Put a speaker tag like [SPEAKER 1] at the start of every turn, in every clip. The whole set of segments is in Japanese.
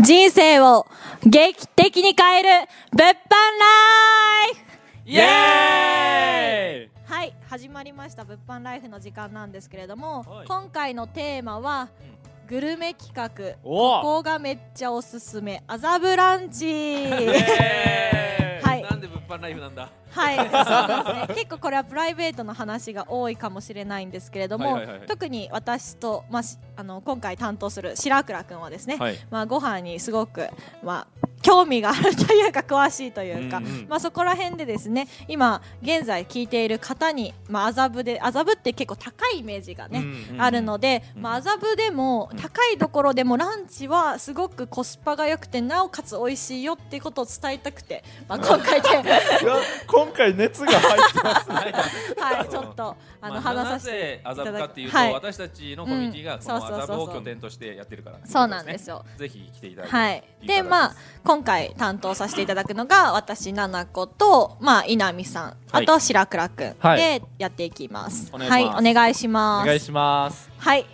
[SPEAKER 1] 人生を劇的に変える物販ライフ
[SPEAKER 2] イエ
[SPEAKER 1] はい始まりました物販ライフの時間なんですけれども、
[SPEAKER 2] はい
[SPEAKER 1] 今回のテーマはグルメ企画こ
[SPEAKER 2] お
[SPEAKER 1] こがめっちゃおすすめ麻布ランチはい
[SPEAKER 3] なんで物販ライフなんだ。
[SPEAKER 1] はい、そうですね。結構これはプライベートの話が多いかもしれないんですけれども、
[SPEAKER 2] はいはいはい
[SPEAKER 1] 特に私とまあしあの今回担当する白倉くんはですね、
[SPEAKER 2] はい
[SPEAKER 1] まあご飯にすごくまあ興味があるというか詳しいというか、
[SPEAKER 2] うんうん
[SPEAKER 1] まあそこら辺でですね、今現在聞いている方にまあ麻布で麻布って結構高いイメージがね。
[SPEAKER 2] うん
[SPEAKER 1] あるので、
[SPEAKER 2] うん
[SPEAKER 1] まあ麻布でも高いところでもランチはすごくコスパが良くてなおかつ美味しいよってことを伝えたくて、まあ今回で
[SPEAKER 2] 今回熱が入ってますね
[SPEAKER 1] はい、ちょっと、 あ
[SPEAKER 3] ま
[SPEAKER 1] の、
[SPEAKER 3] あ
[SPEAKER 1] 話さ
[SPEAKER 3] な
[SPEAKER 1] せて。
[SPEAKER 3] ぜ麻布かっていうと、
[SPEAKER 1] はい
[SPEAKER 3] 私たちのコミュニティがこ
[SPEAKER 1] うん
[SPEAKER 3] の
[SPEAKER 1] そうそうそう
[SPEAKER 3] 麻
[SPEAKER 1] そ
[SPEAKER 3] 布
[SPEAKER 1] う
[SPEAKER 3] を拠点としてやってるから。
[SPEAKER 1] そうなんですよ。
[SPEAKER 3] ぜひ来ていただいて。
[SPEAKER 1] はい。
[SPEAKER 3] い
[SPEAKER 1] で、
[SPEAKER 3] い方
[SPEAKER 1] まあ、今回担当させていただくのが、私、ななこと、まあ、稲見さん、
[SPEAKER 2] は
[SPEAKER 1] あ
[SPEAKER 2] い
[SPEAKER 1] と、白倉くん
[SPEAKER 2] はい
[SPEAKER 1] でやっていきます。
[SPEAKER 3] お
[SPEAKER 1] は
[SPEAKER 3] 願い
[SPEAKER 1] い、
[SPEAKER 3] します
[SPEAKER 1] お願いし
[SPEAKER 2] お
[SPEAKER 1] ます。
[SPEAKER 2] 願いします
[SPEAKER 1] はい。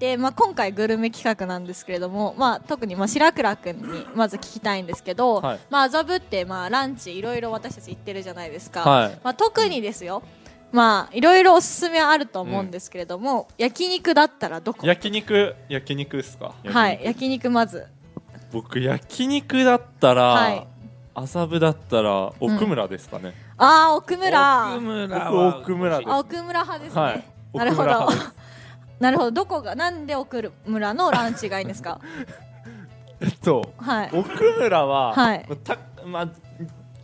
[SPEAKER 1] で、まあ、今回グルメ企画なんですけれども、まあ、特に、まあ、白倉くんにまず聞きたいんですけど、
[SPEAKER 2] はい
[SPEAKER 1] まあ、麻布って、まあ、ランチいろいろ私たち行ってるじゃないですか。
[SPEAKER 2] はい
[SPEAKER 1] まあ、特にですよ、まあ、いろいろおすすめはあると思うんですけれども、焼肉だったらどこ
[SPEAKER 2] 焼肉焼肉ですか
[SPEAKER 1] はい、焼肉まず。
[SPEAKER 2] 僕焼肉だったら、
[SPEAKER 1] はい
[SPEAKER 2] 麻布だったら奥村ですかね、
[SPEAKER 1] ああ、奥村。
[SPEAKER 3] 奥村
[SPEAKER 2] 僕
[SPEAKER 3] は
[SPEAKER 2] 奥村です
[SPEAKER 1] あ、奥村派ですね。
[SPEAKER 2] はい
[SPEAKER 1] なるほ
[SPEAKER 2] 奥村
[SPEAKER 1] ど
[SPEAKER 2] 派です。
[SPEAKER 1] なるほど、どこが、なんで奥村のランチがいいんです か。
[SPEAKER 2] えっと
[SPEAKER 1] はい。
[SPEAKER 2] 奥村は、
[SPEAKER 1] はい
[SPEAKER 2] たまあ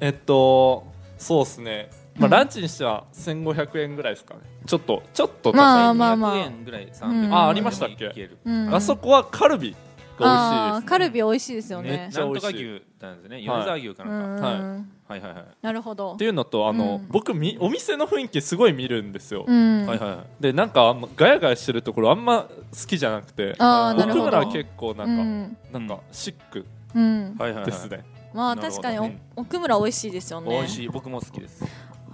[SPEAKER 2] えっとそうですねまあ、
[SPEAKER 1] うん
[SPEAKER 2] ランチにしては1500円ぐらいですかねちょっとちょっと高い、
[SPEAKER 1] ま
[SPEAKER 2] あ
[SPEAKER 1] あまあまあ
[SPEAKER 3] 200円ぐらい。300
[SPEAKER 1] うん
[SPEAKER 3] 円
[SPEAKER 2] あありましたっけ
[SPEAKER 3] いる
[SPEAKER 1] うん
[SPEAKER 2] そこはカルビが美
[SPEAKER 1] あ
[SPEAKER 2] 味しい
[SPEAKER 1] ー
[SPEAKER 2] です
[SPEAKER 1] カルビ美味しいですよ
[SPEAKER 2] め
[SPEAKER 1] ね
[SPEAKER 2] っ。ち
[SPEAKER 3] な
[SPEAKER 2] ゃ美
[SPEAKER 3] ん
[SPEAKER 2] 味
[SPEAKER 3] と
[SPEAKER 2] しい
[SPEAKER 3] か牛なんですね。米沢牛か
[SPEAKER 1] う
[SPEAKER 3] なんか。
[SPEAKER 1] ん、
[SPEAKER 2] は
[SPEAKER 3] はいはいはい。
[SPEAKER 1] なるほど
[SPEAKER 2] って。いうのとあの、
[SPEAKER 1] うん
[SPEAKER 2] 僕みお店の雰囲気すごい見るんですよ、
[SPEAKER 1] うん。
[SPEAKER 3] はいはいはい。
[SPEAKER 2] でなんかあんまガヤガヤしてるところあんま好きじゃなくて
[SPEAKER 1] ああ、なる
[SPEAKER 2] 奥
[SPEAKER 1] ほ
[SPEAKER 2] 村
[SPEAKER 1] ど。
[SPEAKER 2] は結構なんか、
[SPEAKER 3] うん
[SPEAKER 2] なんかシック
[SPEAKER 1] うん。うん。
[SPEAKER 3] はいはいはい。
[SPEAKER 2] ですね、
[SPEAKER 1] まあ、
[SPEAKER 3] なるほ
[SPEAKER 1] 確
[SPEAKER 3] ど
[SPEAKER 1] かにお
[SPEAKER 3] ね、
[SPEAKER 1] 奥村美味しいですよね。
[SPEAKER 3] 美味しい。僕も好きです。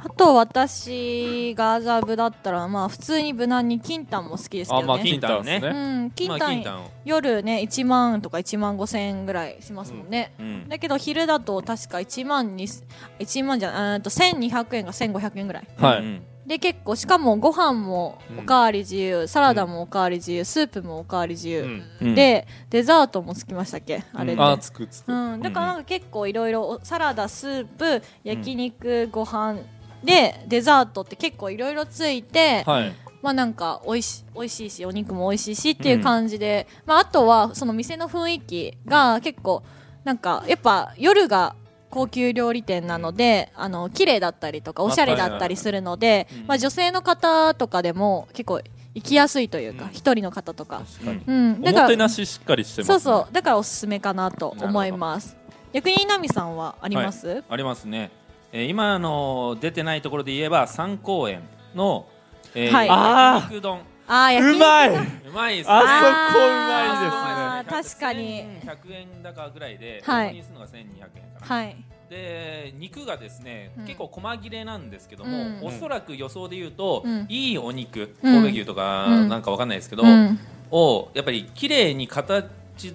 [SPEAKER 1] あと、私が麻布だったら、まあ、普通に無難に金丹も好きですけ
[SPEAKER 2] あ
[SPEAKER 1] ど
[SPEAKER 2] まあ
[SPEAKER 1] ね。
[SPEAKER 2] 金丹ですね
[SPEAKER 3] 金
[SPEAKER 1] うん、
[SPEAKER 3] ま
[SPEAKER 1] 金
[SPEAKER 3] あ
[SPEAKER 1] 丹
[SPEAKER 3] 金、丹を。
[SPEAKER 1] 夜ね、一万とか一万五千円ぐらいしますもんね。
[SPEAKER 3] うん。
[SPEAKER 1] だけど昼だと確か1万に1万じゃなうーんと1200円が1500円ぐらい
[SPEAKER 2] はい、
[SPEAKER 3] うん
[SPEAKER 1] で結構しかもご飯も
[SPEAKER 2] うん
[SPEAKER 1] おかわり自由、サラダもおかわり自由スープもおかわり自
[SPEAKER 2] う
[SPEAKER 1] 由、
[SPEAKER 2] ん
[SPEAKER 3] うん
[SPEAKER 1] でデザートもつきましたっけあれで、
[SPEAKER 2] あーつくつく、
[SPEAKER 1] うん、だからなんか結構いろいろサラダスープ焼肉ご飯でデザートって結構いろいろついて、
[SPEAKER 2] はい
[SPEAKER 1] まあなんか美味し美味しいしお肉も美味しいしっていう感じで、まああとはその店の雰囲気が結構なんかやっぱ夜が高級料理店なのであの綺麗だったりとかおしゃれだったりするので
[SPEAKER 3] いはいはいうん
[SPEAKER 1] まあ女性の方とかでも結構行きやすいという
[SPEAKER 2] う
[SPEAKER 1] か
[SPEAKER 2] ん
[SPEAKER 1] 一、人の方とか、
[SPEAKER 2] 確かに、
[SPEAKER 1] うん、
[SPEAKER 2] お
[SPEAKER 1] だ
[SPEAKER 2] も
[SPEAKER 1] か
[SPEAKER 2] て
[SPEAKER 1] ら
[SPEAKER 2] なししっかりしてます、
[SPEAKER 1] そ
[SPEAKER 2] ね、
[SPEAKER 1] うそうだからおすすめかなと思います逆に稲見さんはあります、
[SPEAKER 3] ありますね、えー今あのー出てないところで言えば三公園の、えー
[SPEAKER 1] はい
[SPEAKER 2] あー
[SPEAKER 3] 焼肉丼
[SPEAKER 1] ああ焼
[SPEAKER 2] う
[SPEAKER 1] 肉
[SPEAKER 2] まいう
[SPEAKER 3] まいです
[SPEAKER 2] あ
[SPEAKER 3] ね
[SPEAKER 2] そこうま
[SPEAKER 1] あー確かに
[SPEAKER 3] 100円高ぐらいで、
[SPEAKER 1] はい
[SPEAKER 3] ここにするのが1200円かな、
[SPEAKER 1] はい
[SPEAKER 3] で肉がですね、
[SPEAKER 1] うん
[SPEAKER 3] 結構細切れなんですけども、
[SPEAKER 1] うん
[SPEAKER 3] おそらく予想で言うと、
[SPEAKER 1] うん
[SPEAKER 3] いいお肉
[SPEAKER 1] うん
[SPEAKER 3] 神戸牛とか
[SPEAKER 1] うん
[SPEAKER 3] なんかわかんないですけど、
[SPEAKER 1] うん
[SPEAKER 3] をやっぱり綺麗に形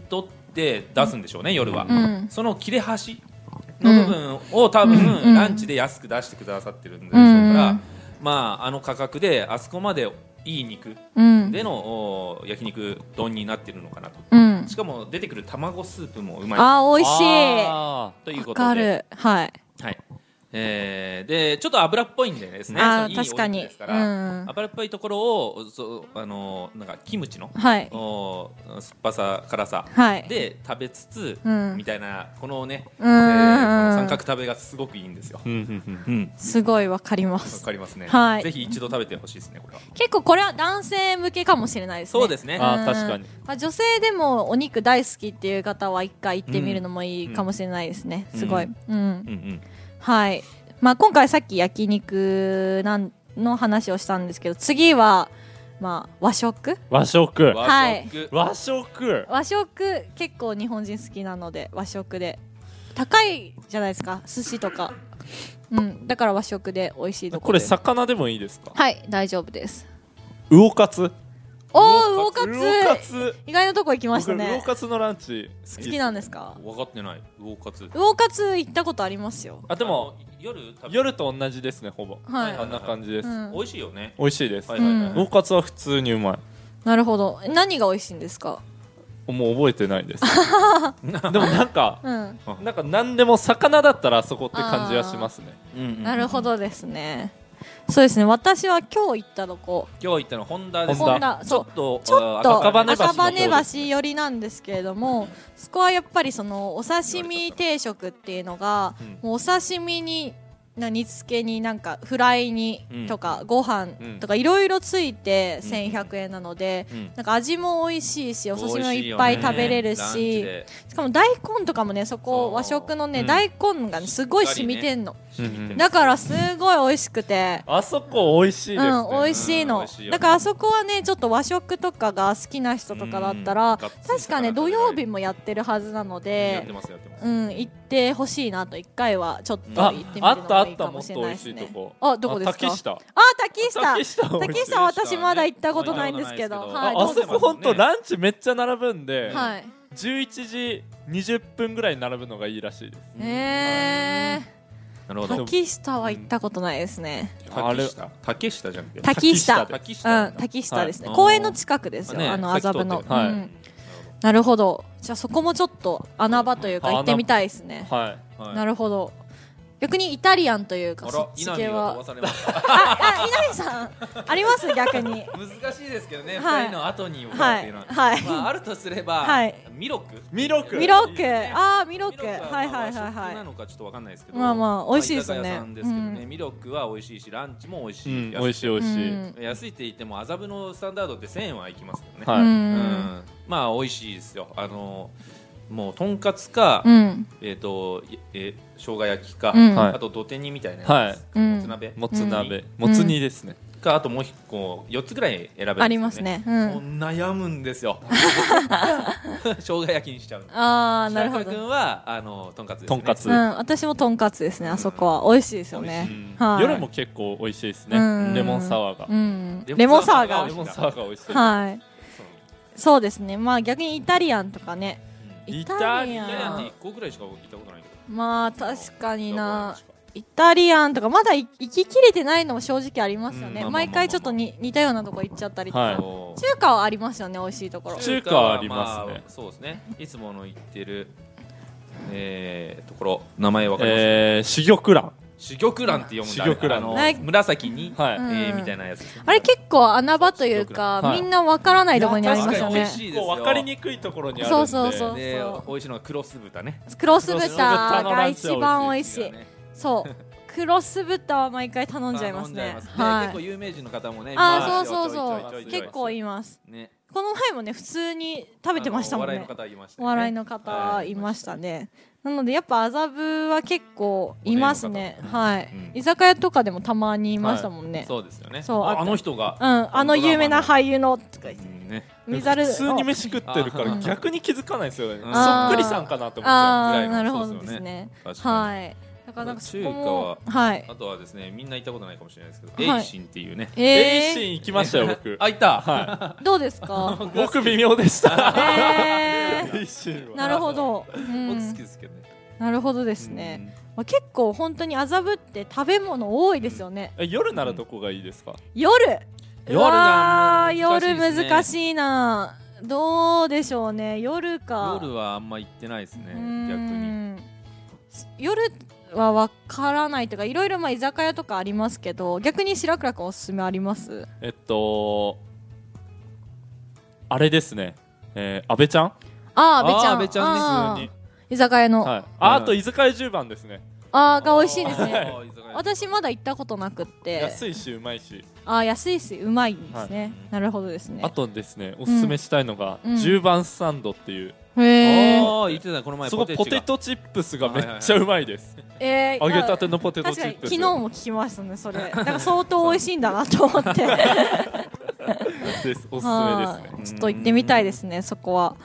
[SPEAKER 3] 取って出すんでしょうね、夜は、
[SPEAKER 1] うん
[SPEAKER 3] その切れ端の部分を多分、
[SPEAKER 1] うん
[SPEAKER 3] ランチで安く出してくださってるんでしょうから、
[SPEAKER 1] うん
[SPEAKER 3] まああの価格であそこまでいい肉
[SPEAKER 1] うん
[SPEAKER 3] での、お焼肉丼になってるのかなと
[SPEAKER 1] うん
[SPEAKER 3] しかも出てくる卵スープもうま
[SPEAKER 1] あー美味しい
[SPEAKER 2] あ
[SPEAKER 3] いという
[SPEAKER 1] わ
[SPEAKER 3] こと
[SPEAKER 1] か
[SPEAKER 3] で
[SPEAKER 1] るはい
[SPEAKER 3] はいえーでちょっと脂っぽいんでですね
[SPEAKER 1] あー
[SPEAKER 3] そのいいお肉
[SPEAKER 1] 確かに
[SPEAKER 3] ですから、
[SPEAKER 1] うん
[SPEAKER 3] 油っぽいところをそうあのなんかキムチの
[SPEAKER 1] はい
[SPEAKER 3] お酸っぱさ辛さ
[SPEAKER 1] はい
[SPEAKER 3] で食べつつ、
[SPEAKER 1] うん
[SPEAKER 3] みたいなこのね、
[SPEAKER 1] うん
[SPEAKER 3] えーこの三角食べがすごくいいんですよ。
[SPEAKER 2] ーうんうんうん
[SPEAKER 3] うん、
[SPEAKER 1] すごいわかりま
[SPEAKER 3] わ
[SPEAKER 1] す
[SPEAKER 3] かりますね、
[SPEAKER 1] はい
[SPEAKER 3] ぜひ一度食べてほしいですねこれは。
[SPEAKER 1] 結構これは男性向けかもしれないですね
[SPEAKER 3] そうですすね。
[SPEAKER 2] あー
[SPEAKER 1] うん
[SPEAKER 2] 確かに
[SPEAKER 1] まあ、女性でもお肉大好きっていう方は一回行ってみるのもいいかもしれないですね、
[SPEAKER 3] うん
[SPEAKER 1] すごい、
[SPEAKER 3] う
[SPEAKER 1] うん
[SPEAKER 3] うんうん。
[SPEAKER 1] はい、まあ、今回さっき焼肉なんの話をしたんですけど次は、まあ、和食
[SPEAKER 2] 和食
[SPEAKER 3] 和食、
[SPEAKER 1] はい
[SPEAKER 2] 和食
[SPEAKER 1] 和食結構日本人好きなので和食で高いじゃないですか寿司とかうんだから和食で美味しいとこ
[SPEAKER 2] これ
[SPEAKER 1] で
[SPEAKER 2] 魚でもいいですか
[SPEAKER 1] はい大丈夫です
[SPEAKER 2] 魚カツ
[SPEAKER 1] おお魚
[SPEAKER 2] うお
[SPEAKER 1] カ
[SPEAKER 2] か
[SPEAKER 1] ツ
[SPEAKER 2] つ
[SPEAKER 1] 意外なとこ行きました
[SPEAKER 2] 僕魚
[SPEAKER 1] ね
[SPEAKER 2] カツのランチ好き
[SPEAKER 1] 好きなんですか
[SPEAKER 3] 分かってない魚活
[SPEAKER 1] 魚カツ行ったことありますよ
[SPEAKER 2] あでも
[SPEAKER 3] あの夜食べ
[SPEAKER 2] 夜と同じですねほぼ
[SPEAKER 1] はい
[SPEAKER 2] あんな感じです、
[SPEAKER 1] うん
[SPEAKER 3] 美味しいよね
[SPEAKER 2] 美味しいです、
[SPEAKER 3] はい
[SPEAKER 1] いはい
[SPEAKER 2] 魚カツは普通にうま
[SPEAKER 1] なるほど何が美味しいんですか
[SPEAKER 2] いもう覚えてない ですでもなんか
[SPEAKER 1] うん
[SPEAKER 2] なんか何でも魚だったらあそこって感じはしますね
[SPEAKER 1] なるほどですねそうですね私は今日行ったとこ
[SPEAKER 3] 今日行ったのホンダです
[SPEAKER 2] ホ
[SPEAKER 1] ンダ
[SPEAKER 3] ちょっと
[SPEAKER 1] ちょっと
[SPEAKER 2] 赤
[SPEAKER 1] 赤
[SPEAKER 2] 羽
[SPEAKER 1] 羽
[SPEAKER 2] 橋の方
[SPEAKER 1] 橋寄りなんですけれどもそこはやっぱりそのお刺身定食っていうのが、
[SPEAKER 2] うん
[SPEAKER 1] もうお刺身にな煮付けになんかフライに
[SPEAKER 3] うん
[SPEAKER 1] とか、ご飯とかいろいろついて
[SPEAKER 3] うん
[SPEAKER 1] 1100円なので、
[SPEAKER 3] うん
[SPEAKER 1] なんか味も美味しいしお
[SPEAKER 3] 赤羽橋
[SPEAKER 1] 刺身
[SPEAKER 3] 美
[SPEAKER 1] も
[SPEAKER 3] 味し
[SPEAKER 1] いっ
[SPEAKER 3] よ
[SPEAKER 1] ぱ
[SPEAKER 3] ね
[SPEAKER 1] い食べれるし
[SPEAKER 3] ランチで
[SPEAKER 1] しかも大根とかもねそこ
[SPEAKER 3] そう
[SPEAKER 1] 和食のね、
[SPEAKER 2] うん
[SPEAKER 1] 大根がねすごい染みてんの、
[SPEAKER 3] 染みてます
[SPEAKER 1] だからすごい美味しくて。
[SPEAKER 2] あそこ美味しいですね、
[SPEAKER 1] うん、美味しい
[SPEAKER 3] うん美
[SPEAKER 1] の、
[SPEAKER 3] 味しいよね
[SPEAKER 1] だからあそこはねちょっと和食とかが好きな人とかだったら
[SPEAKER 3] うんがっつり魚
[SPEAKER 1] 確かね
[SPEAKER 3] 食
[SPEAKER 1] 土
[SPEAKER 3] べられる
[SPEAKER 1] 曜日もやってるはずなの
[SPEAKER 3] やっ
[SPEAKER 1] で
[SPEAKER 3] てますやってます
[SPEAKER 1] うん行ってほしいなと一回はちょっと行
[SPEAKER 2] あ
[SPEAKER 1] ってみる
[SPEAKER 2] あ
[SPEAKER 1] の
[SPEAKER 2] ったあ
[SPEAKER 1] もい
[SPEAKER 2] っ
[SPEAKER 1] い
[SPEAKER 2] た
[SPEAKER 1] か
[SPEAKER 2] も
[SPEAKER 1] も
[SPEAKER 2] っ
[SPEAKER 1] しれ
[SPEAKER 2] と美
[SPEAKER 1] ない
[SPEAKER 2] 味
[SPEAKER 1] で
[SPEAKER 2] し
[SPEAKER 1] す
[SPEAKER 2] いと
[SPEAKER 1] ね
[SPEAKER 2] こ
[SPEAKER 1] あどこですか
[SPEAKER 2] あ竹下
[SPEAKER 1] あ滝下
[SPEAKER 2] 竹下美味しい
[SPEAKER 1] 竹下は私まだ行ったことないんですけど、
[SPEAKER 3] は
[SPEAKER 1] は
[SPEAKER 3] い
[SPEAKER 1] い
[SPEAKER 2] ああ
[SPEAKER 1] どう
[SPEAKER 2] そ
[SPEAKER 1] ぞ
[SPEAKER 2] こ本当ランチめっちゃ並ぶんで、
[SPEAKER 1] はい
[SPEAKER 2] 11時20分ぐらいに並ぶのがいいらしいです
[SPEAKER 3] うん
[SPEAKER 1] え
[SPEAKER 3] なるほ
[SPEAKER 1] ー、
[SPEAKER 3] ど
[SPEAKER 1] 滝下は行ったことないですね
[SPEAKER 2] あれ
[SPEAKER 3] 竹下竹下じゃんけ
[SPEAKER 1] 滝下
[SPEAKER 2] 滝
[SPEAKER 3] 滝
[SPEAKER 1] う
[SPEAKER 3] 下
[SPEAKER 1] ん滝下ですね、
[SPEAKER 3] はい
[SPEAKER 1] 公園の近くですよ、
[SPEAKER 3] ね
[SPEAKER 1] あの
[SPEAKER 2] さっき
[SPEAKER 1] 麻布の、
[SPEAKER 2] 通ってるはい
[SPEAKER 1] うんなるほどじゃあそこもちょっと穴場というか
[SPEAKER 2] あ
[SPEAKER 1] 行ってみたいですね
[SPEAKER 2] はい
[SPEAKER 1] な
[SPEAKER 3] る
[SPEAKER 1] るほど逆にイタリアンというか
[SPEAKER 3] あ
[SPEAKER 1] そ
[SPEAKER 3] ら
[SPEAKER 1] っち
[SPEAKER 3] 稲見
[SPEAKER 1] 系
[SPEAKER 3] が飛ば
[SPEAKER 1] は
[SPEAKER 3] されました
[SPEAKER 1] ああ稲見さんあります逆に
[SPEAKER 3] 難しいですけどね、
[SPEAKER 1] はい
[SPEAKER 3] 二人の後に僕らっ
[SPEAKER 1] は
[SPEAKER 3] てい
[SPEAKER 1] いう
[SPEAKER 3] のは、
[SPEAKER 1] はい、
[SPEAKER 3] まあ、あるとすれば、
[SPEAKER 1] はい
[SPEAKER 3] ミロク
[SPEAKER 2] ミロ ク
[SPEAKER 1] ミロ
[SPEAKER 2] いい
[SPEAKER 1] ク
[SPEAKER 2] ね
[SPEAKER 1] ああミロク
[SPEAKER 3] ミ
[SPEAKER 1] はいはいはい
[SPEAKER 3] 和食な
[SPEAKER 1] は
[SPEAKER 3] のかちょっとわかんないですけど
[SPEAKER 1] まあまあ美味しいですよね
[SPEAKER 3] まあ居酒屋さんですけどね、
[SPEAKER 1] う
[SPEAKER 3] ミロクは美味しいしランチも美味
[SPEAKER 2] う
[SPEAKER 3] しい、
[SPEAKER 2] ん美味しい美
[SPEAKER 1] い
[SPEAKER 2] 味しい、
[SPEAKER 1] うん
[SPEAKER 3] 安いって言っても麻布のスタンダードって1000円はいきますけどね、
[SPEAKER 2] はい
[SPEAKER 1] うん
[SPEAKER 3] まあ美味しいですよあのもうとんかつか、
[SPEAKER 1] うん
[SPEAKER 3] えっ、とえ生姜焼きか、
[SPEAKER 1] うん
[SPEAKER 2] はい
[SPEAKER 3] あと土手煮みたいな
[SPEAKER 2] は
[SPEAKER 3] や
[SPEAKER 2] い
[SPEAKER 3] つ、もつ鍋
[SPEAKER 2] もつ鍋、もつ煮ですね、
[SPEAKER 3] かあともう一個4つぐらい選べるんですよ
[SPEAKER 1] ありますねうん
[SPEAKER 3] もう悩むんで すよ生姜焼きにしちゃう
[SPEAKER 1] ああなるほ
[SPEAKER 3] 白川
[SPEAKER 1] ど
[SPEAKER 3] 君はあのとんかつです、ね、
[SPEAKER 2] とんかつ
[SPEAKER 1] うん私もとんかつですねあそこは美味しいですよね
[SPEAKER 2] うん
[SPEAKER 1] はい
[SPEAKER 2] 夜も結構美味しいですね、
[SPEAKER 1] うん
[SPEAKER 2] レモンサワーが、
[SPEAKER 1] うん
[SPEAKER 3] レモン
[SPEAKER 1] レモンサワー
[SPEAKER 3] サワ
[SPEAKER 1] が
[SPEAKER 2] レモンサワーが美味しい、
[SPEAKER 1] はい
[SPEAKER 3] そう
[SPEAKER 1] そうですねまあ逆にイタリアンとかね
[SPEAKER 3] うん
[SPEAKER 1] イ
[SPEAKER 2] イ
[SPEAKER 1] タ
[SPEAKER 2] タ
[SPEAKER 1] リ
[SPEAKER 2] リ
[SPEAKER 1] ア
[SPEAKER 2] ア
[SPEAKER 3] イタリアンって
[SPEAKER 1] ン
[SPEAKER 3] 1個ぐらいしか行ったことないけど
[SPEAKER 1] まあ確かにな
[SPEAKER 3] どこ
[SPEAKER 1] イタリアンとかまだい行ききれてないのも正直ありますよね、
[SPEAKER 2] うん
[SPEAKER 1] 毎回ちょっとに似たようなとこ行っちゃったりとか、
[SPEAKER 2] はい
[SPEAKER 3] 行こう
[SPEAKER 1] 中華はありますよね美味しいところ
[SPEAKER 2] 中華ありますね
[SPEAKER 3] あそうですねいつもの行ってるえーところ名前わかります
[SPEAKER 2] えー、珠玉蘭
[SPEAKER 3] 珠玉蘭って読むんだ
[SPEAKER 2] 珠玉蘭
[SPEAKER 3] あの
[SPEAKER 1] ない
[SPEAKER 3] 紫に
[SPEAKER 2] はい、
[SPEAKER 1] うん
[SPEAKER 3] えーみたいなやつですね
[SPEAKER 1] あれ結構穴場というか、
[SPEAKER 2] はい
[SPEAKER 1] みんなわからないところにありますよ
[SPEAKER 3] いや確かに美
[SPEAKER 1] ね
[SPEAKER 3] 味しいです
[SPEAKER 2] こ
[SPEAKER 3] よ
[SPEAKER 2] う分かりにくいところにあるんで
[SPEAKER 1] そうそうそう
[SPEAKER 3] で美味しいのが黒酢豚ね
[SPEAKER 1] 黒酢豚
[SPEAKER 2] 黒酢豚の
[SPEAKER 1] が
[SPEAKER 2] ランチ
[SPEAKER 1] 一
[SPEAKER 2] は
[SPEAKER 1] 番美
[SPEAKER 2] 美
[SPEAKER 1] 味しい、
[SPEAKER 3] ね
[SPEAKER 1] そう黒酢豚は毎回頼んじゃいますね
[SPEAKER 3] 飲んじゃい ま
[SPEAKER 1] は
[SPEAKER 3] 結構
[SPEAKER 1] い
[SPEAKER 3] 有名人の方もね
[SPEAKER 1] あー
[SPEAKER 3] 見ます
[SPEAKER 1] そう
[SPEAKER 3] よ
[SPEAKER 1] そう
[SPEAKER 3] ちょい
[SPEAKER 1] そう
[SPEAKER 3] ちょいちょいちょい
[SPEAKER 1] 結構います
[SPEAKER 3] ね
[SPEAKER 1] この前もね普通に食べてましたもん
[SPEAKER 3] あの
[SPEAKER 1] ね
[SPEAKER 3] お笑いの方いました
[SPEAKER 1] お
[SPEAKER 3] よね
[SPEAKER 1] 笑いの方いましたね。なのでやっぱ麻布は結構いますね。はい、
[SPEAKER 3] うん
[SPEAKER 1] 居酒屋とかでもたまにいましたもんね。
[SPEAKER 3] そうですよね
[SPEAKER 1] そう
[SPEAKER 3] あ
[SPEAKER 1] あ
[SPEAKER 3] あの人が
[SPEAKER 1] うん、あの有名な俳優のとか言って、
[SPEAKER 3] うんね
[SPEAKER 1] 見ざる
[SPEAKER 2] 普通に飯食ってるか
[SPEAKER 1] う
[SPEAKER 2] ら
[SPEAKER 1] ん
[SPEAKER 2] 逆に気づかないですよねそ
[SPEAKER 1] あー
[SPEAKER 2] っくりさんかなと思っち
[SPEAKER 1] あ
[SPEAKER 2] ゃ
[SPEAKER 1] あ
[SPEAKER 2] う
[SPEAKER 1] ー
[SPEAKER 2] ぐら
[SPEAKER 1] ないる
[SPEAKER 2] の
[SPEAKER 1] ほ
[SPEAKER 3] そ
[SPEAKER 1] ど
[SPEAKER 3] うで
[SPEAKER 1] ですす
[SPEAKER 3] よ
[SPEAKER 1] ね。
[SPEAKER 3] 確か
[SPEAKER 1] はい。だからなんかそこ
[SPEAKER 3] 中華
[SPEAKER 1] も
[SPEAKER 3] は
[SPEAKER 1] はい
[SPEAKER 3] に。あとはですねみんな行ったことないかもしれないですけど
[SPEAKER 1] はい
[SPEAKER 3] 栄心っていうね
[SPEAKER 2] エイシ
[SPEAKER 1] え
[SPEAKER 2] ン行きましたよ僕
[SPEAKER 3] あいた
[SPEAKER 2] は
[SPEAKER 1] ー、どうですか。
[SPEAKER 2] い僕微妙でした
[SPEAKER 1] え
[SPEAKER 2] エイシン
[SPEAKER 1] ー、
[SPEAKER 2] は
[SPEAKER 1] なるほど。う
[SPEAKER 3] 僕好
[SPEAKER 1] ん
[SPEAKER 3] き、ですけどね
[SPEAKER 1] なるほどですね。まあ、結構本当に麻布って食べ物多いですよね。
[SPEAKER 2] え夜ならどこがいいですか
[SPEAKER 1] 夜う
[SPEAKER 3] 夜だ
[SPEAKER 1] わー
[SPEAKER 3] 難しいです
[SPEAKER 1] 夜
[SPEAKER 3] ね
[SPEAKER 1] 難しいなどうでしょうね夜か
[SPEAKER 3] 夜はあんま行ってないです
[SPEAKER 1] う
[SPEAKER 3] ね逆
[SPEAKER 1] ー
[SPEAKER 3] に
[SPEAKER 1] ん夜は分からないというかいろいろまあ居酒屋とかありますけど逆に白倉君おすすめあります
[SPEAKER 2] えっとあれですねえー、安倍ちゃん
[SPEAKER 1] あ
[SPEAKER 3] あー
[SPEAKER 1] あ
[SPEAKER 3] 安
[SPEAKER 1] べ
[SPEAKER 3] 倍
[SPEAKER 1] ち
[SPEAKER 3] ち
[SPEAKER 1] ゃ
[SPEAKER 3] ゃ
[SPEAKER 1] んあー
[SPEAKER 3] んね
[SPEAKER 2] 普通に
[SPEAKER 1] 居酒屋の、
[SPEAKER 2] はいああと居酒屋十番ですね
[SPEAKER 1] ああが美味しいですね
[SPEAKER 3] あー居酒屋
[SPEAKER 1] 私まだ行ったことなくって
[SPEAKER 2] 安いしうまいし
[SPEAKER 1] あー安いしうまいんですね、
[SPEAKER 3] はい
[SPEAKER 1] なるほどですね
[SPEAKER 2] あとですねおすすめしたいのが
[SPEAKER 1] うん
[SPEAKER 2] 十番サンドっていう
[SPEAKER 1] へえ
[SPEAKER 3] ああ言ってたこの前
[SPEAKER 2] そこポ
[SPEAKER 3] チが
[SPEAKER 2] テトチップスがめっちゃうまいです
[SPEAKER 1] えー
[SPEAKER 2] 揚げたてのポテト
[SPEAKER 1] 確
[SPEAKER 2] チ
[SPEAKER 1] かに
[SPEAKER 2] ップ
[SPEAKER 1] 昨
[SPEAKER 2] ス
[SPEAKER 1] 日も聞きましたねそれだから相当美味しいんだなと 思ってはい
[SPEAKER 2] ですおすすめです
[SPEAKER 1] ち
[SPEAKER 2] ね
[SPEAKER 1] ょっと行ってみたいですねそこは、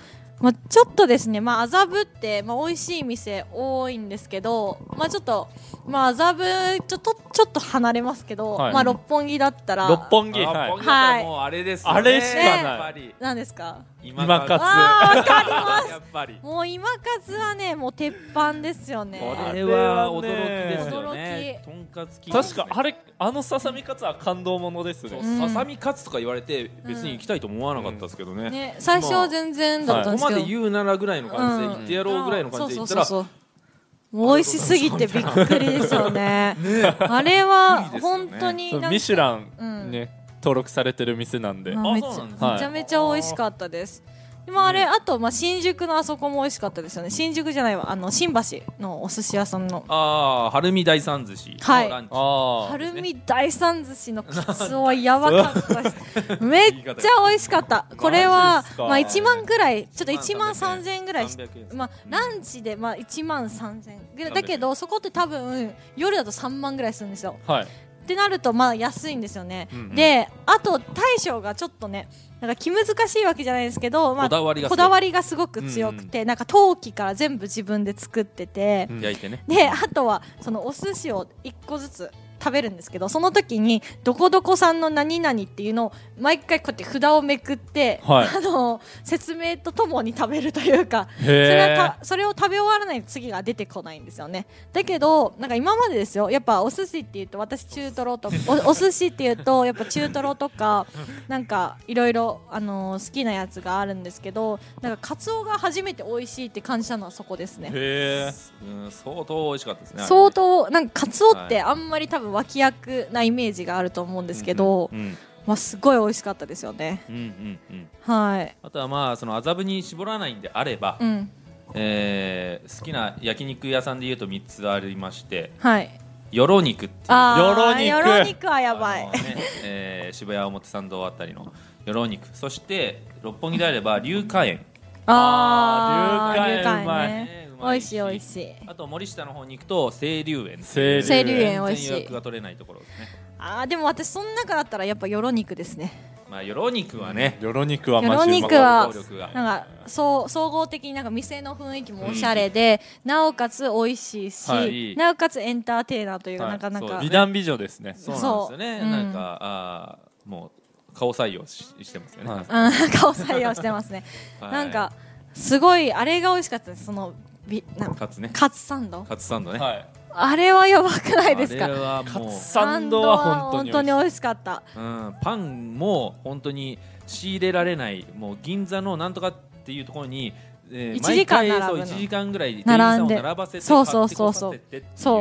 [SPEAKER 1] まあ、ちょっとですねまあ麻布って、まあ、美味しい店多いんですけどまあちょっとまあ麻布ちょっとちょっと離れますけど、
[SPEAKER 2] はい
[SPEAKER 1] まあ六本木だったら
[SPEAKER 2] 六本木、
[SPEAKER 3] あ
[SPEAKER 2] はい
[SPEAKER 3] 僕だったらもうあれですよね。
[SPEAKER 2] あれしかない
[SPEAKER 3] やっぱり
[SPEAKER 1] なんですか
[SPEAKER 3] 今
[SPEAKER 2] 今勝つ
[SPEAKER 1] わあわかりま
[SPEAKER 3] やっぱり。
[SPEAKER 1] もう今数はねもう鉄板ですよね
[SPEAKER 2] こ
[SPEAKER 3] あ
[SPEAKER 2] あ
[SPEAKER 3] れ
[SPEAKER 2] れ
[SPEAKER 3] は
[SPEAKER 2] は
[SPEAKER 3] 驚き
[SPEAKER 2] 驚き
[SPEAKER 3] で
[SPEAKER 2] です
[SPEAKER 1] す
[SPEAKER 3] よ
[SPEAKER 1] よ
[SPEAKER 3] ね
[SPEAKER 1] ね。
[SPEAKER 3] とんかつキング
[SPEAKER 2] 確かあれあのささみカツは感動ものです
[SPEAKER 3] そ
[SPEAKER 2] ね
[SPEAKER 3] う、
[SPEAKER 1] ん
[SPEAKER 3] ささみカツとか言われて別に行きたいと思わなかったですけどね。
[SPEAKER 1] ね最初は全然だったんで
[SPEAKER 3] ここ
[SPEAKER 1] す
[SPEAKER 3] ま
[SPEAKER 1] けど、
[SPEAKER 3] で言うならぐらいの感じで
[SPEAKER 1] うん
[SPEAKER 3] 行ってやろうぐらいの感じで行った
[SPEAKER 1] あ
[SPEAKER 3] ら、
[SPEAKER 1] そうそうそうそうもう美味しすぎてびっくりですよねあれは本当にな
[SPEAKER 2] そうん
[SPEAKER 1] か
[SPEAKER 2] ミシュラ
[SPEAKER 1] う
[SPEAKER 2] ン
[SPEAKER 1] ん
[SPEAKER 2] ね、登録されてる店なんで、
[SPEAKER 1] ま
[SPEAKER 3] あ
[SPEAKER 1] あめ
[SPEAKER 3] そうなんです
[SPEAKER 2] ね
[SPEAKER 1] めちゃめちゃ美味しかったですでもあれあとまあ新宿のあそこも美味しかったですよね新宿じゃないわあの新橋のお寿司屋さんの
[SPEAKER 3] ああー、はるみ大三寿司のランチ。
[SPEAKER 2] ああ
[SPEAKER 1] 晴海大三寿司のカツオはやばかった ですめっちゃ美味しかったこれ
[SPEAKER 2] マ
[SPEAKER 1] は
[SPEAKER 2] ジですか
[SPEAKER 1] まあ1万ぐらいちょっと1万
[SPEAKER 3] 300
[SPEAKER 1] 3000円ぐらいし
[SPEAKER 3] 300円です
[SPEAKER 1] まあランチでまあ1万3000円ぐらいだけ
[SPEAKER 3] 300
[SPEAKER 1] どそこって多分夜だと3万ぐらいするんですよ
[SPEAKER 2] はい
[SPEAKER 1] ってなるとまあ安いんですよね、
[SPEAKER 2] うん
[SPEAKER 1] であと大将がちょっとねなんか気難しいわけじゃないですけど、まあ、
[SPEAKER 3] こだわりがすごい
[SPEAKER 1] こだわりがすごく強くて、なんか陶器から全部自分で作ってて、
[SPEAKER 2] うん
[SPEAKER 3] 焼いてね。
[SPEAKER 1] であとはそのお寿司を一個ずつ食べるんですけどその時にどこどこさんの何々っていうのを毎回こうやって札をめくって、
[SPEAKER 2] はい
[SPEAKER 1] あの説明とともに食べるというか
[SPEAKER 2] へー
[SPEAKER 1] それはたそれを食べ終わらないと次が出てこないんですよねだけどなんか今までですよやっぱお寿司っていうと私中トロとお お寿司っていうとやっぱ中トロとかなんかいろいろあの好きなやつがあるんですけどなんかカツオが初めて美味しいって感じたのはそこですね
[SPEAKER 2] へえ
[SPEAKER 3] うん、相当美味しかったですね。
[SPEAKER 1] 相当なんかカツオっ
[SPEAKER 3] は
[SPEAKER 1] てあんまり多分脇役なイメージがあると思うんですけど、
[SPEAKER 3] うんうん
[SPEAKER 1] まあすごい美味しかったですよね
[SPEAKER 3] うんうんうん。
[SPEAKER 1] はい
[SPEAKER 3] あとはまあその麻布に絞らないんであれば、
[SPEAKER 1] うん
[SPEAKER 3] えー好きな焼肉屋さんでいうと3つありまして
[SPEAKER 1] はい
[SPEAKER 3] よろ肉っていう
[SPEAKER 1] あー
[SPEAKER 2] よろ肉
[SPEAKER 1] よろ肉はやば
[SPEAKER 3] あ
[SPEAKER 1] い
[SPEAKER 3] のね えー渋谷表参道あたりのよろ肉そして六本木であれば龍華園、
[SPEAKER 1] あ
[SPEAKER 2] あー
[SPEAKER 1] あ
[SPEAKER 2] 流海うまい
[SPEAKER 1] ね
[SPEAKER 3] ねう
[SPEAKER 1] 美
[SPEAKER 3] まい
[SPEAKER 1] 味しい美味しい
[SPEAKER 3] あと森下の方に行くと清流園
[SPEAKER 2] 清流園清流
[SPEAKER 1] 園美味しい
[SPEAKER 3] 全然予約が取れないところですね
[SPEAKER 1] あーでも私その中だったらやっぱよろ肉ですね
[SPEAKER 3] まあよろ肉はね、
[SPEAKER 2] よろ肉はマジうま
[SPEAKER 1] よろ肉は
[SPEAKER 3] 行力が
[SPEAKER 1] なんかそう総合的になんか店の雰囲気もおしゃれで、なおかつ美味しいし、
[SPEAKER 3] はい
[SPEAKER 1] なおかつエンターテイナーというか、
[SPEAKER 2] はい
[SPEAKER 1] なかなか
[SPEAKER 3] そう
[SPEAKER 2] 美男美女ですね
[SPEAKER 3] そうなんですよね、
[SPEAKER 1] そううん
[SPEAKER 3] なんかあーもう顔採用ししてますよね、
[SPEAKER 2] はい
[SPEAKER 1] うん顔採用してますね、
[SPEAKER 3] はい
[SPEAKER 1] なんかすごいあれが美味しかったですそのびなん
[SPEAKER 3] カツね
[SPEAKER 1] カツサンド
[SPEAKER 3] カツサンドね、
[SPEAKER 2] はい
[SPEAKER 1] あれはやばくないです
[SPEAKER 3] あれ
[SPEAKER 1] か
[SPEAKER 3] は
[SPEAKER 2] カ
[SPEAKER 3] もう
[SPEAKER 2] ツサンドは本当に
[SPEAKER 1] 美
[SPEAKER 2] 美味しい
[SPEAKER 1] 味しかった
[SPEAKER 3] うん、パンも本当に仕入れられないもう銀座のなんとかっていうところに、え
[SPEAKER 1] 一時間
[SPEAKER 3] 毎回
[SPEAKER 1] 並ぶの
[SPEAKER 3] そう1時間ぐらい店員さ
[SPEAKER 1] 並
[SPEAKER 3] ん
[SPEAKER 1] ん
[SPEAKER 3] を
[SPEAKER 1] で
[SPEAKER 3] 並ばせて
[SPEAKER 1] そうそうそうそう
[SPEAKER 3] 買ってこさせてっていう
[SPEAKER 1] そう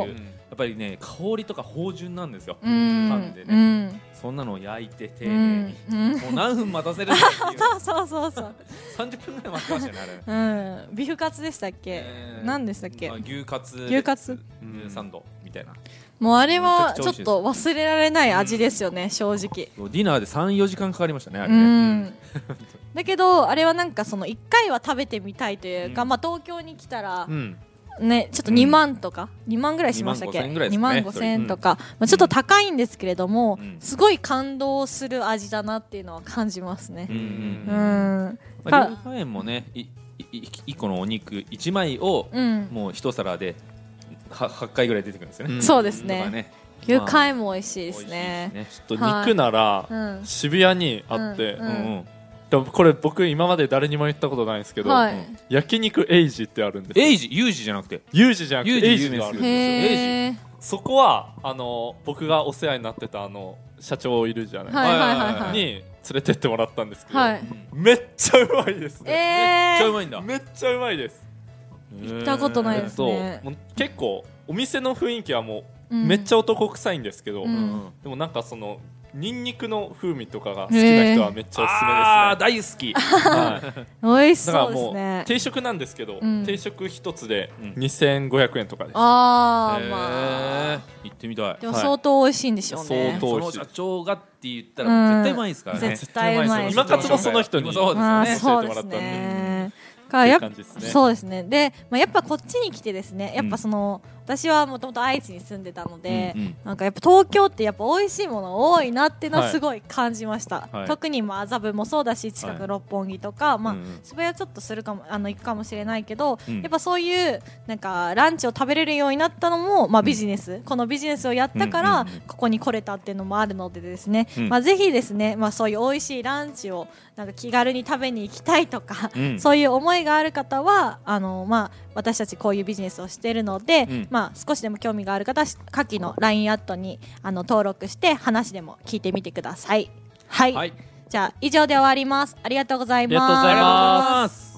[SPEAKER 3] やっぱりね香りとか芳醇なんですよ、
[SPEAKER 1] う
[SPEAKER 3] パ
[SPEAKER 1] ん
[SPEAKER 3] ンで
[SPEAKER 1] う
[SPEAKER 3] ね、
[SPEAKER 1] ん
[SPEAKER 3] そんなのを焼いて丁
[SPEAKER 1] う
[SPEAKER 3] 寧
[SPEAKER 1] ん
[SPEAKER 3] に、
[SPEAKER 1] うん
[SPEAKER 3] もう何分待たせるんだってい う
[SPEAKER 1] そうそうそう
[SPEAKER 3] 30分ぐらい待ってましたよねあれ、
[SPEAKER 1] うんビフカツでしたっけ
[SPEAKER 3] えー
[SPEAKER 1] 何でしたっけ
[SPEAKER 3] まあ牛カツ
[SPEAKER 1] 牛カツ
[SPEAKER 3] 牛サンドみたいな
[SPEAKER 1] もうあれ
[SPEAKER 3] め
[SPEAKER 1] は
[SPEAKER 3] ちゃくち
[SPEAKER 1] ち
[SPEAKER 3] ゃ美
[SPEAKER 1] ょ
[SPEAKER 3] 味
[SPEAKER 1] っ
[SPEAKER 3] しいです
[SPEAKER 1] と忘れられない味ですよね正直
[SPEAKER 3] そうディナーで34時間かかりましたねあれ
[SPEAKER 1] う
[SPEAKER 3] ね、
[SPEAKER 1] んだけどあれはなんかその1回は食べてみたいというか、
[SPEAKER 3] うん
[SPEAKER 1] まあ東京に来たら
[SPEAKER 2] うん
[SPEAKER 1] ね、ちょっと
[SPEAKER 3] うん
[SPEAKER 1] 2万とか、2万ぐらいしましたっけ
[SPEAKER 3] 2万5千円ぐらいですね
[SPEAKER 1] 2万5千円とか、まあ、ちょっと高いんですけれども、
[SPEAKER 3] うん
[SPEAKER 1] すごい感動する味だなっていうのは感じます
[SPEAKER 3] う
[SPEAKER 1] ね。
[SPEAKER 3] ん
[SPEAKER 1] う
[SPEAKER 3] うん
[SPEAKER 1] ん、
[SPEAKER 3] まあ、
[SPEAKER 1] か
[SPEAKER 3] 両方園もねいいい一個のお肉1枚を
[SPEAKER 1] うん、
[SPEAKER 3] もう一皿では8回ぐらい出てくるんですよね、
[SPEAKER 2] うん
[SPEAKER 1] そうです
[SPEAKER 3] とか
[SPEAKER 1] ね。
[SPEAKER 3] ね
[SPEAKER 1] 牛カイも美味しいで
[SPEAKER 3] 美味し
[SPEAKER 1] す
[SPEAKER 3] い
[SPEAKER 1] ね。
[SPEAKER 3] し
[SPEAKER 2] ちょっと肉なら、
[SPEAKER 1] うん
[SPEAKER 2] 渋谷にあって、
[SPEAKER 1] うん
[SPEAKER 3] うんうん
[SPEAKER 2] でもこれ僕今まで誰にも言ったことないんですけど、
[SPEAKER 1] はい
[SPEAKER 3] うん
[SPEAKER 2] 焼肉エイジってあるんですよ
[SPEAKER 3] エイジユージじゃなくて
[SPEAKER 2] ユージじゃなく
[SPEAKER 3] ユー
[SPEAKER 2] て
[SPEAKER 3] ジ
[SPEAKER 2] エイジがある
[SPEAKER 3] 有
[SPEAKER 2] ん
[SPEAKER 3] 名
[SPEAKER 2] ですよ
[SPEAKER 1] へー
[SPEAKER 2] そこはあの僕がお世話になってたあの社長いるじゃない、
[SPEAKER 1] はいはいはい
[SPEAKER 3] はいはいはい
[SPEAKER 1] は
[SPEAKER 2] に
[SPEAKER 1] い。
[SPEAKER 2] 連れてってもらったんですけど、
[SPEAKER 1] はい。
[SPEAKER 2] めっちゃうまいです
[SPEAKER 1] え
[SPEAKER 2] ね、
[SPEAKER 3] めっちゃう
[SPEAKER 1] え。
[SPEAKER 3] まいんだ
[SPEAKER 2] めっちゃうまいです
[SPEAKER 3] 行
[SPEAKER 1] ったことないですね
[SPEAKER 2] もう結構お店の雰囲気はも
[SPEAKER 1] う
[SPEAKER 2] う、
[SPEAKER 1] ん
[SPEAKER 2] めっちゃ男臭いんですけど、
[SPEAKER 1] うん
[SPEAKER 2] でもなんかそのニンニクの風味とかが好きな人はめっちゃおすすめですね、
[SPEAKER 3] あー大好き
[SPEAKER 2] はい
[SPEAKER 1] 美味し
[SPEAKER 2] だから
[SPEAKER 1] そうで
[SPEAKER 2] も
[SPEAKER 1] す
[SPEAKER 2] う
[SPEAKER 1] ね。
[SPEAKER 2] 定食なんですけど、
[SPEAKER 1] うん
[SPEAKER 2] 定食一つで
[SPEAKER 3] うん
[SPEAKER 2] 2500円とかです、
[SPEAKER 1] あ
[SPEAKER 3] へ
[SPEAKER 1] あ、
[SPEAKER 3] ー
[SPEAKER 1] まあ。
[SPEAKER 3] 行ってみたい
[SPEAKER 1] でも相当美味しいんでしょうね。
[SPEAKER 2] 相当
[SPEAKER 3] そ
[SPEAKER 2] 美
[SPEAKER 3] の
[SPEAKER 2] 味しい
[SPEAKER 3] 社長がって言ったら絶対うまいですからね
[SPEAKER 1] 絶対うまいですね
[SPEAKER 2] 今活もその人に
[SPEAKER 3] そうです
[SPEAKER 1] ま
[SPEAKER 3] よ
[SPEAKER 1] あ
[SPEAKER 3] ね
[SPEAKER 1] そうですね。だからやっぱ
[SPEAKER 2] っていう感じですね
[SPEAKER 1] そうですね。で、まあやっぱこっちに来てですね、やっぱその私はもともと愛知に住んでたので、
[SPEAKER 3] うんうん
[SPEAKER 1] なんかやっぱ東京ってやっぱ美味しいもの多いなっての
[SPEAKER 2] は
[SPEAKER 1] はいすごい感じました、
[SPEAKER 3] はい
[SPEAKER 1] 特にまあ麻布もそうだし近
[SPEAKER 3] は
[SPEAKER 1] く
[SPEAKER 3] い
[SPEAKER 1] 六本木とか、まあ
[SPEAKER 3] うんうん
[SPEAKER 1] 渋谷ちょっとするかもあの行くかもしれないけど、
[SPEAKER 3] うん
[SPEAKER 1] やっぱそういうなんかランチを食べれるようになったのも、まあ、ビジネス、このビジネスをやったから、
[SPEAKER 3] うんうんうん
[SPEAKER 1] ここに来れたっていうのもあるのでですね、
[SPEAKER 3] うん
[SPEAKER 1] まあ、ぜひですね、まあ、そういう美味しいランチをなんか気軽に食べに行きたいとか、
[SPEAKER 3] うん
[SPEAKER 1] そういう思いがある方はあの、まあ、私たちこういうビジネスをしているので、
[SPEAKER 3] うん
[SPEAKER 1] まあ、少しでも興味がある方は下記の LINE アットにあの登録して話でも聞いてみてください。はい、
[SPEAKER 3] はい、
[SPEAKER 1] じゃあ以上で終わります。ありがとうござい
[SPEAKER 2] ありがとうござい
[SPEAKER 3] ありがとうござい
[SPEAKER 2] ま
[SPEAKER 3] ます